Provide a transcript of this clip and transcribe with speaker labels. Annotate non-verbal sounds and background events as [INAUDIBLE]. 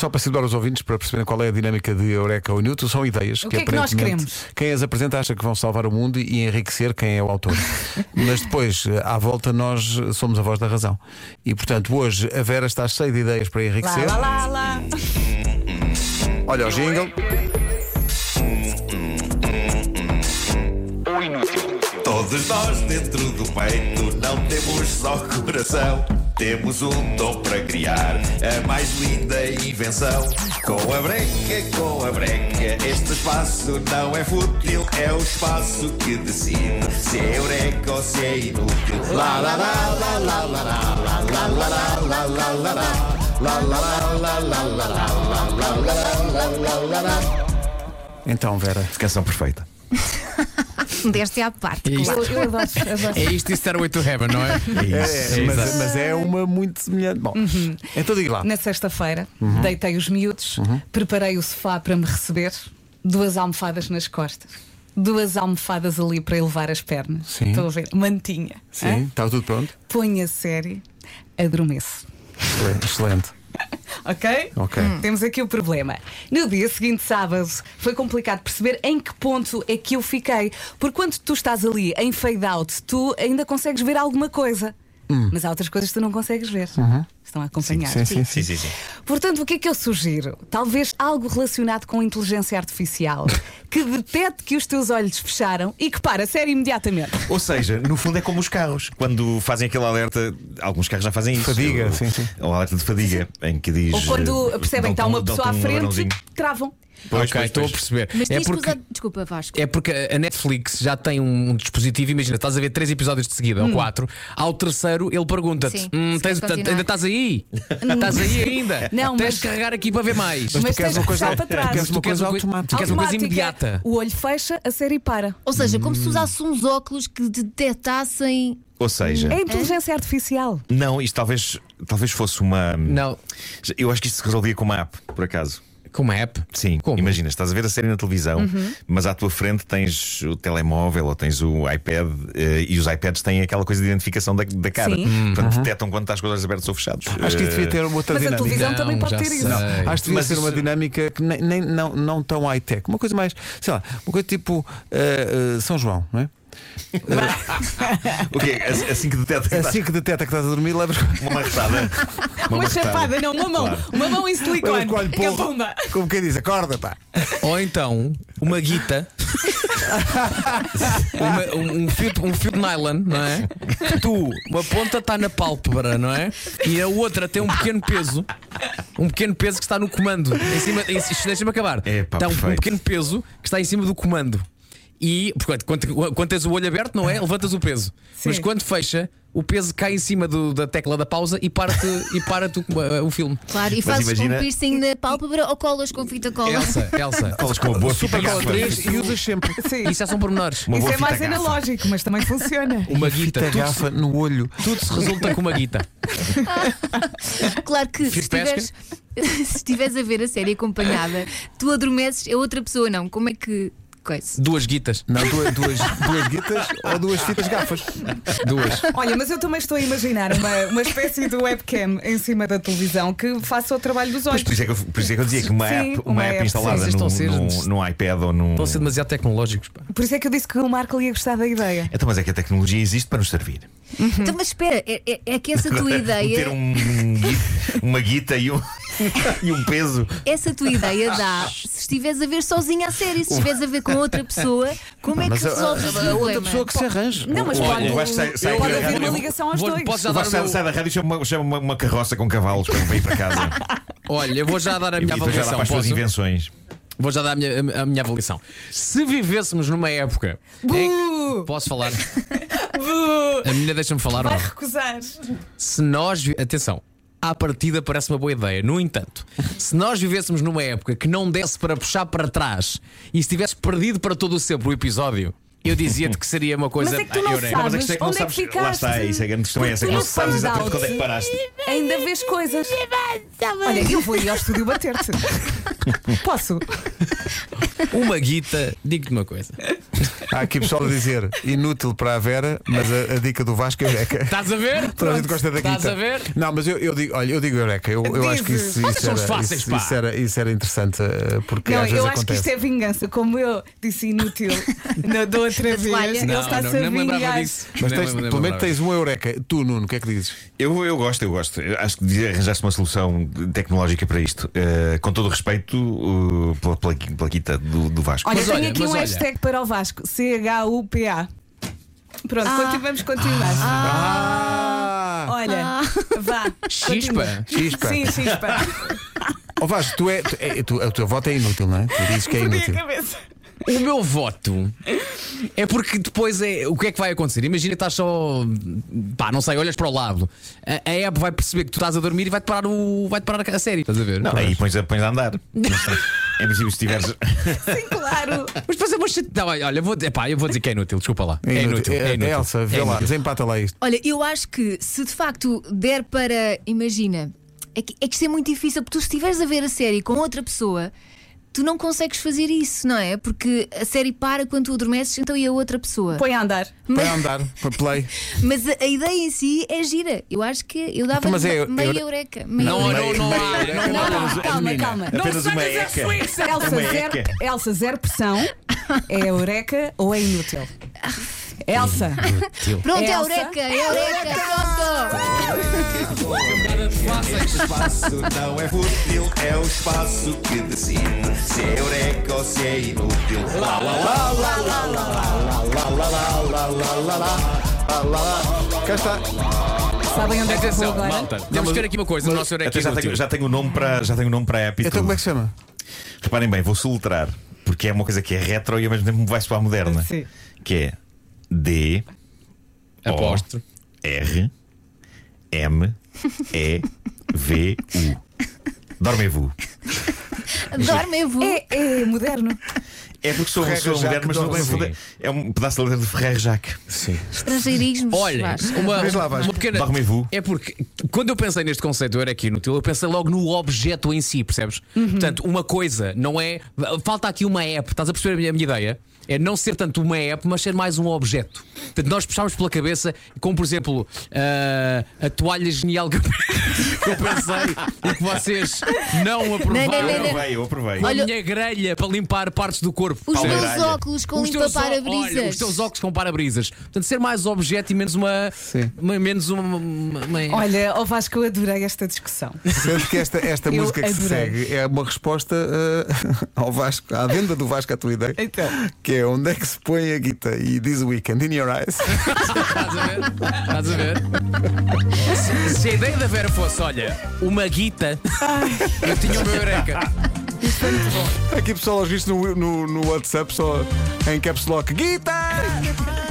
Speaker 1: Só para situar os ouvintes, para perceberem qual é a dinâmica de Eureka ou Newton, são ideias
Speaker 2: O que é que nós
Speaker 1: aparentemente,
Speaker 2: queremos?
Speaker 1: Quem as apresenta acha que vão salvar o mundo e enriquecer quem é o
Speaker 2: [LAUGHS]
Speaker 1: autor. Mas depois, eh, à volta, nós eh, somos a voz da razão. E portanto, hoje a Vera está cheia de ideias para
Speaker 2: Lá,
Speaker 1: enriquecer.
Speaker 2: lá, lá, lá.
Speaker 1: Olha o jingle.
Speaker 3: Todos nós dentro do peito não temos só coração. Temos um dom para criar a mais linda invenção. Com a breca, com a breca, este espaço não é fútil. É o espaço que decide se é eureka ou se é inútil. Lá, lá, lá, lá, lá, lá, lá, lá, lá, lá, lá, lá, lá, lá. Lá, lá, lá, lá, lá, lá, lá, lá, lá, lá, lá, lá, lá.
Speaker 1: Então, Vera.
Speaker 3: Canção perfeita.
Speaker 4: Deste à parte,
Speaker 5: É isto.
Speaker 4: claro.
Speaker 5: É isto e Stairway to Heaven, não é?
Speaker 1: É, é, mas, mas é uma muito semelhante. Bom,
Speaker 2: Uhum.
Speaker 1: então diga lá.
Speaker 2: Na sexta-feira,
Speaker 1: Uhum.
Speaker 2: deitei os miúdos, preparei o sofá para me receber, duas almofadas nas costas, duas almofadas ali para elevar as pernas.
Speaker 1: Sim.
Speaker 2: Estou a ver, mantinha.
Speaker 1: Sim, está tudo pronto?
Speaker 2: Põe a série, adormeço.
Speaker 1: Excelente. Excelente.
Speaker 2: Ok? Hum.
Speaker 1: Ok.
Speaker 2: Temos aqui o problema. No dia seguinte, sábado, foi complicado perceber em que ponto é que eu fiquei. Porque quando tu estás ali em fade out, tu ainda consegues ver alguma coisa. Mas há outras coisas que tu não consegues ver. Estão a acompanhar.
Speaker 1: Hum. Uhum. sim,
Speaker 3: Sim, sim, sim.
Speaker 2: Portanto, o que é que eu sugiro? Talvez algo relacionado com inteligência artificial que detete que os teus olhos fecharam e que para a série imediatamente.
Speaker 3: Ou seja, no fundo é como os carros. Quando fazem aquele alerta, alguns carros já fazem isso.
Speaker 1: Fadiga,
Speaker 3: O-
Speaker 1: sim, sim.
Speaker 3: O alerta de fadiga, em que diz.
Speaker 2: Ou quando
Speaker 3: eh,
Speaker 2: percebem que está
Speaker 3: dão-te um-
Speaker 2: uma pessoa à
Speaker 3: dão-te um
Speaker 2: frente,
Speaker 3: balãozinho.
Speaker 2: travam.
Speaker 3: Pois,
Speaker 5: ok,
Speaker 3: pois,
Speaker 5: estou a
Speaker 3: pois.
Speaker 5: perceber.
Speaker 4: Mas
Speaker 5: é
Speaker 4: tens que
Speaker 5: porque.
Speaker 4: usar. Desculpa, Vasco.
Speaker 5: É porque a Netflix já tem um um dispositivo, imagina, estás a ver três episódios de
Speaker 2: Hum.
Speaker 5: seguida ou quatro, ao terceiro ele pergunta-te:
Speaker 4: Sim,
Speaker 5: "Hum,
Speaker 4: se
Speaker 5: tens-
Speaker 4: queres continuar."
Speaker 5: ainda estás aí? Estás aí ainda?
Speaker 2: Hum. [LAUGHS] Não,
Speaker 5: tens
Speaker 2: mas-
Speaker 5: de carregar aqui para ver mais.
Speaker 2: Mas tu queres uma coisa- para trás.
Speaker 1: Tu queres uma
Speaker 5: Tu queres
Speaker 1: coisa
Speaker 5: uma coisa-
Speaker 1: automática.
Speaker 5: tu queres uma coisa
Speaker 2: Automática, é
Speaker 5: imediata.
Speaker 2: O olho fecha, a série para.
Speaker 4: Ou seja, como
Speaker 1: Hum.
Speaker 4: se usasse uns óculos que detectassem.
Speaker 3: Ou seja,
Speaker 2: É inteligência artificial.
Speaker 3: não, isto talvez, talvez fosse uma.
Speaker 5: Não,
Speaker 3: Eu acho que isto se resolvia com uma app, por acaso.
Speaker 5: com uma app?
Speaker 3: Sim,
Speaker 5: Como?
Speaker 3: imagina, estás a ver a série na televisão, mas à tua frente tens o telemóvel ou tens o iPad eh, e os iPads têm aquela coisa de identificação da, da cara.
Speaker 2: Sim.
Speaker 3: Portanto, detectam quando estás com os olhos abertos ou fechados.
Speaker 1: Acho que isso devia
Speaker 3: Eh,
Speaker 1: ter uma outra
Speaker 2: Mas a
Speaker 1: dinâmica.
Speaker 2: televisão
Speaker 5: Não,
Speaker 2: um também pode
Speaker 5: já
Speaker 2: ter isso.
Speaker 5: sei.
Speaker 2: Não.
Speaker 1: Acho que devia
Speaker 3: Mas
Speaker 1: ser uma
Speaker 3: isso-
Speaker 1: dinâmica que nem, nem- não, não tão high-tech. Uma coisa mais, sei lá, uma coisa tipo eh, eh, São João, não é?
Speaker 3: O quê? As- Assim que detectam que estás
Speaker 1: Assim que detecta que estás a dormir, levas
Speaker 3: com uma marretada.
Speaker 2: Uma,
Speaker 3: marretada.
Speaker 2: chapada, não, uma mão. Uma mão em silicone.
Speaker 1: levas com o olho
Speaker 2: Que é
Speaker 1: porro.
Speaker 2: bomba.
Speaker 1: Como quem diz, acorda, pá.
Speaker 5: Ou então, uma guita, Uma- um, um fio, de- um fio de nylon, não é? Tu, uma ponta está na pálpebra, não é? E a outra tem um pequeno peso, um pequeno peso que está no comando. Em cima, em- isto deixa-me acabar.
Speaker 3: Epá,
Speaker 5: Está um- um,
Speaker 3: perfeito.
Speaker 5: pequeno peso que está em cima do comando. E, portanto, quando, quando tens o olho aberto, não é? Levantas o peso.
Speaker 2: Sim.
Speaker 5: Mas quando fecha, o peso cai em cima do- da tecla da pausa e para-te e para-te o, eh, o filme.
Speaker 4: Claro, e fazes
Speaker 3: imagina-
Speaker 4: com piercing na pálpebra ou colas com fita cola.
Speaker 1: É.
Speaker 5: Elsa, Elsa.
Speaker 3: Falas com uma boa fita
Speaker 5: Super Bowl
Speaker 3: gafa.
Speaker 5: 3
Speaker 1: E usas sempre
Speaker 2: Sim.
Speaker 5: Isso já são pormenores.
Speaker 3: Uma
Speaker 2: Isso
Speaker 3: boa
Speaker 2: é mais
Speaker 3: fita gafa.
Speaker 2: analógico, mas também funciona.
Speaker 5: Uma guita.
Speaker 1: a
Speaker 5: Tudo se-
Speaker 1: garrafa no olho.
Speaker 5: Tudo se resulta com uma guita.
Speaker 4: [LAUGHS] Claro que se
Speaker 5: Fio de pesca.
Speaker 4: estiveres, [LAUGHS] se estiveres a ver a série acompanhada, tu adormeces, a outra pessoa não. Como é que. Coisa.
Speaker 5: Duas guitas.
Speaker 1: Não, duas, duas, duas guitas ou duas fitas gafas.
Speaker 5: Duas.
Speaker 2: Olha, mas eu também estou a imaginar uma, uma espécie de webcam em cima da televisão que faça o trabalho dos olhos.
Speaker 3: Pois, por, isso é que eu, por isso é que eu dizia que uma
Speaker 2: Sim,
Speaker 3: app, uma
Speaker 2: uma
Speaker 3: app
Speaker 2: app,
Speaker 3: instalada num,
Speaker 5: sim. Vocês estão a ser-
Speaker 3: num- num iPad ou num.
Speaker 5: Estão a ser demasiado tecnológicos. Pá.
Speaker 2: Por isso é que eu disse que o Marco lhe ia gostar da ideia.
Speaker 3: Então, mas é que a tecnologia existe para nos servir.
Speaker 1: Uhum.
Speaker 4: Então, mas espera, é, é- é que essa
Speaker 1: [LAUGHS]
Speaker 3: [LAUGHS]
Speaker 4: tua
Speaker 3: Ter
Speaker 4: ideia.
Speaker 3: um, um gui- uma guita e um, e um peso.
Speaker 4: Essa tua ideia
Speaker 1: [LAUGHS]
Speaker 4: dá se estiveres a ver sozinha a série, se estiveres a ver com outra pessoa, como é que
Speaker 1: Mas a,
Speaker 4: resolves esse
Speaker 1: a- a outra
Speaker 4: problema?
Speaker 1: pessoa que se arranje.
Speaker 2: Não, mas
Speaker 3: Olha,
Speaker 2: pode,
Speaker 3: eu acho que sai- sai
Speaker 2: pode
Speaker 3: da
Speaker 2: haver
Speaker 3: rádio.
Speaker 2: uma ligação aos
Speaker 5: Vou-
Speaker 2: dois.
Speaker 5: posso já
Speaker 3: O
Speaker 5: dar
Speaker 3: Vasco sai,
Speaker 5: o meu-
Speaker 3: sai da rádio e chama, uma, chama uma, uma carroça com cavalos para ir para casa.
Speaker 5: Olha, eu vou já dar a
Speaker 3: e
Speaker 5: minha
Speaker 3: depois vai lá
Speaker 5: avaliação.
Speaker 3: para as suas
Speaker 5: posso?
Speaker 3: invenções.
Speaker 5: Vou já dar a minha, a minha avaliação. Se vivêssemos numa época. em que- Posso falar? A menina deixa-me falar. ou
Speaker 2: Vai
Speaker 5: não?
Speaker 2: recusar.
Speaker 5: Se nós. vi- Atenção. À partida parece uma boa ideia. No entanto, se nós vivêssemos numa época que não desse para puxar para trás e estivesse perdido para todo o sempre o episódio, eu dizia-te que seria uma coisa.
Speaker 2: Mas é que tu não
Speaker 5: eureka.
Speaker 2: sabes.
Speaker 3: Mas a questão é que não
Speaker 2: onde é que
Speaker 3: sabes.
Speaker 2: ficaste?
Speaker 3: Lá está, isso é a grande questão é essa.
Speaker 2: Tu
Speaker 3: que Não
Speaker 2: não
Speaker 3: sabes
Speaker 2: sabes
Speaker 3: exatamente
Speaker 2: algo.
Speaker 3: quando é que paraste.
Speaker 2: Ainda vês coisas. Olha, eu vou ir ao estúdio bater-te. Posso?
Speaker 5: é Uma guita, digo-te uma coisa.
Speaker 1: Há aqui pessoal a dizer inútil para a Vera, mas a, a dica do Vasco é Eureka.
Speaker 5: Estás a ver?
Speaker 1: Toda a gente gosta da
Speaker 5: Estás
Speaker 1: guita.
Speaker 5: a ver?
Speaker 1: Não, mas eu, eu digo, olha, eu digo Eureka. Eu, eu acho que isso,
Speaker 5: Dizes.
Speaker 1: isso,
Speaker 5: São
Speaker 1: era,
Speaker 5: os fáceis,
Speaker 1: isso,
Speaker 5: pá.
Speaker 1: isso era, isso era interessante eh, porque
Speaker 2: Não,
Speaker 1: às vezes
Speaker 2: eu acho que
Speaker 1: acontece.
Speaker 2: isto é vingança, como eu disse inútil na, da outra vez.
Speaker 4: toalha.
Speaker 2: Ele
Speaker 5: Não,
Speaker 2: está-se
Speaker 5: não,
Speaker 2: a
Speaker 5: nem me lembrava
Speaker 2: vingar.
Speaker 5: disso.
Speaker 1: Mas tens,
Speaker 5: Nem me
Speaker 1: pelo menos
Speaker 5: lembrava
Speaker 1: tens um Eureka. Tu, Nuno, o que é que dizes?
Speaker 3: Eu, eu gosto, eu gosto. Eu acho que devia arranjar-se uma solução tecnológica para isto. Eh, com todo o respeito eh, pela, pela, pela guita do, do Vasco.
Speaker 2: Olha,
Speaker 5: Mas
Speaker 2: tenho
Speaker 5: olha,
Speaker 2: aqui
Speaker 5: mas
Speaker 2: um
Speaker 5: olha.
Speaker 2: hashtag para o Vasco: CHUPA. Pronto, continu- vamos continuar.
Speaker 1: Ah!
Speaker 2: Olha, vá.
Speaker 5: Chispa.
Speaker 1: Chispa.
Speaker 2: Sim, chispa.
Speaker 1: Ó Vasco, tu é, tu, é- tu- o teu voto é inútil, não é? Tu dizes
Speaker 2: [LAUGHS]
Speaker 1: que é
Speaker 2: Perdi a
Speaker 1: inútil.
Speaker 2: cabeça.
Speaker 5: O meu voto é porque depois é. O que é que vai acontecer? Imagina que estás só. pá, não sei, olhas para o lado. A, a app vai perceber que tu estás a dormir e vai-te parar, o, vai -te parar a série. Estás a ver?
Speaker 3: Não, aí pões a, pões a andar. em princípio, se tiveres.
Speaker 2: Sim, claro.
Speaker 5: Mas depois é uma chate- Tá bem, olha, vou, epá, eu vou dizer que é inútil, desculpa lá. É inútil.
Speaker 1: É,
Speaker 5: É inútil.
Speaker 1: Elsa, vê
Speaker 5: É
Speaker 1: lá,
Speaker 5: inútil.
Speaker 1: desempata lá isto.
Speaker 4: Olha, eu acho que se de facto der para. Imagina, é que, é que isto é muito difícil, porque tu se estiveres a ver a série com outra pessoa, tu não consegues fazer isso, não é? Porque a série para quando tu adormeces, então e a outra pessoa.
Speaker 2: Põe a andar.
Speaker 1: Vai andar, para
Speaker 5: [LAUGHS]
Speaker 1: play.
Speaker 4: Mas a, a ideia em si é gira. Eu acho que eu dava
Speaker 1: Então, mas é
Speaker 4: me-
Speaker 1: eu-
Speaker 4: meia
Speaker 1: eu-
Speaker 4: eureka. Meia
Speaker 5: Não,
Speaker 4: eureka.
Speaker 5: não, não há.
Speaker 1: Meio-
Speaker 5: não há-
Speaker 1: meio-
Speaker 2: Não,
Speaker 1: apenas
Speaker 2: não,
Speaker 1: uma
Speaker 2: calma,
Speaker 1: menina.
Speaker 2: calma.
Speaker 3: Apenas
Speaker 2: Não
Speaker 3: uma
Speaker 2: sonhas
Speaker 3: eca.
Speaker 2: a Suíça. Elsa,
Speaker 3: Uma
Speaker 2: zero,
Speaker 3: eca.
Speaker 2: Elsa, zero pressão. É eureka ou é inútil? Elsa,
Speaker 4: Pronto, é
Speaker 2: Elsa?
Speaker 4: eureka, é eureka, pronto.
Speaker 3: espaço não é fútil, é o espaço que decide se é eureka ou se é inútil. Lá, lá, lá, lá, lá, lá, lá, lá, lá, lá, lá, lá, lá, lá, lá, lá. Cá está.
Speaker 2: sabem onde é que eu vou
Speaker 5: Atenção,
Speaker 2: agora?
Speaker 5: malta. Temos que ver aqui uma coisa. o nosso Eureka
Speaker 3: Até já
Speaker 5: inútil.
Speaker 3: tenho, já tenho o nome para já tenho o nome para a app e
Speaker 1: Então como é
Speaker 3: tudo.
Speaker 1: que se chama?
Speaker 3: Reparem bem, vou soletrar porque é uma coisa que é retro e ao mesmo tempo vai soar moderna.
Speaker 2: Sim.
Speaker 3: Que é D
Speaker 5: Aposto.
Speaker 3: R M E V U. Dormez-vous.
Speaker 4: Dorme eu vou.
Speaker 2: É, é moderno.
Speaker 3: É porque sou,
Speaker 1: Ferreira
Speaker 3: sou
Speaker 1: Jacques
Speaker 3: moderno, mas não
Speaker 1: Dormez-vous.
Speaker 3: sou moderno. É um pedaço de letra de Ferreira Jacques.
Speaker 5: Sim.
Speaker 4: Estrangeirismos.
Speaker 5: Olha,
Speaker 4: Vasco.
Speaker 5: uma,
Speaker 1: Vês lá,
Speaker 5: uma
Speaker 1: Vasco.
Speaker 5: pequena.
Speaker 3: Dormez-vous.
Speaker 5: É porque quando eu pensei neste conceito, eu era aqui inútil, eu pensei logo no objeto em si, percebes?
Speaker 4: Uhum.
Speaker 5: Portanto, uma coisa não é. Falta aqui uma app, estás a perceber a minha, a minha ideia? É não ser tanto uma app, mas ser mais um objeto. Portanto, nós puxámos pela cabeça, como por exemplo, ah, a toalha genial que eu [LAUGHS] que eu pensei e que vocês não aprovaram.
Speaker 4: Não,
Speaker 3: Eu
Speaker 4: não, não.
Speaker 3: aprovei, eu aprovei.
Speaker 5: Com a
Speaker 4: Olha-
Speaker 5: minha grelha para limpar partes do corpo.
Speaker 4: Os
Speaker 5: percebes?
Speaker 4: meus
Speaker 3: Palmeiralha.
Speaker 4: óculos com
Speaker 5: Os teus ó- olha,
Speaker 4: limpa-parabrisas.
Speaker 5: Os teus óculos com para-brisas. Portanto, ser mais objeto e menos uma.
Speaker 1: Sim.
Speaker 5: uma- menos uma. uma- uma-
Speaker 2: Olha, oh Vasco, eu adorei esta discussão.
Speaker 1: Sendo que esta, esta
Speaker 2: Eu
Speaker 1: música que se
Speaker 2: adorei.
Speaker 1: segue é uma resposta eh, [LAUGHS] ao Vasco, à venda do Vasco à tua ideia.
Speaker 2: Então.
Speaker 1: Que é onde é que se põe a guita e diz Weekend in your eyes.
Speaker 5: Estás a ver? Estás a ver? Se, se a ideia da Vera fosse, olha, uma guita, eu tinha o meu eureka.
Speaker 1: Aqui pessoal, aos vistos no, no, no WhatsApp, só em caps lock. Guita!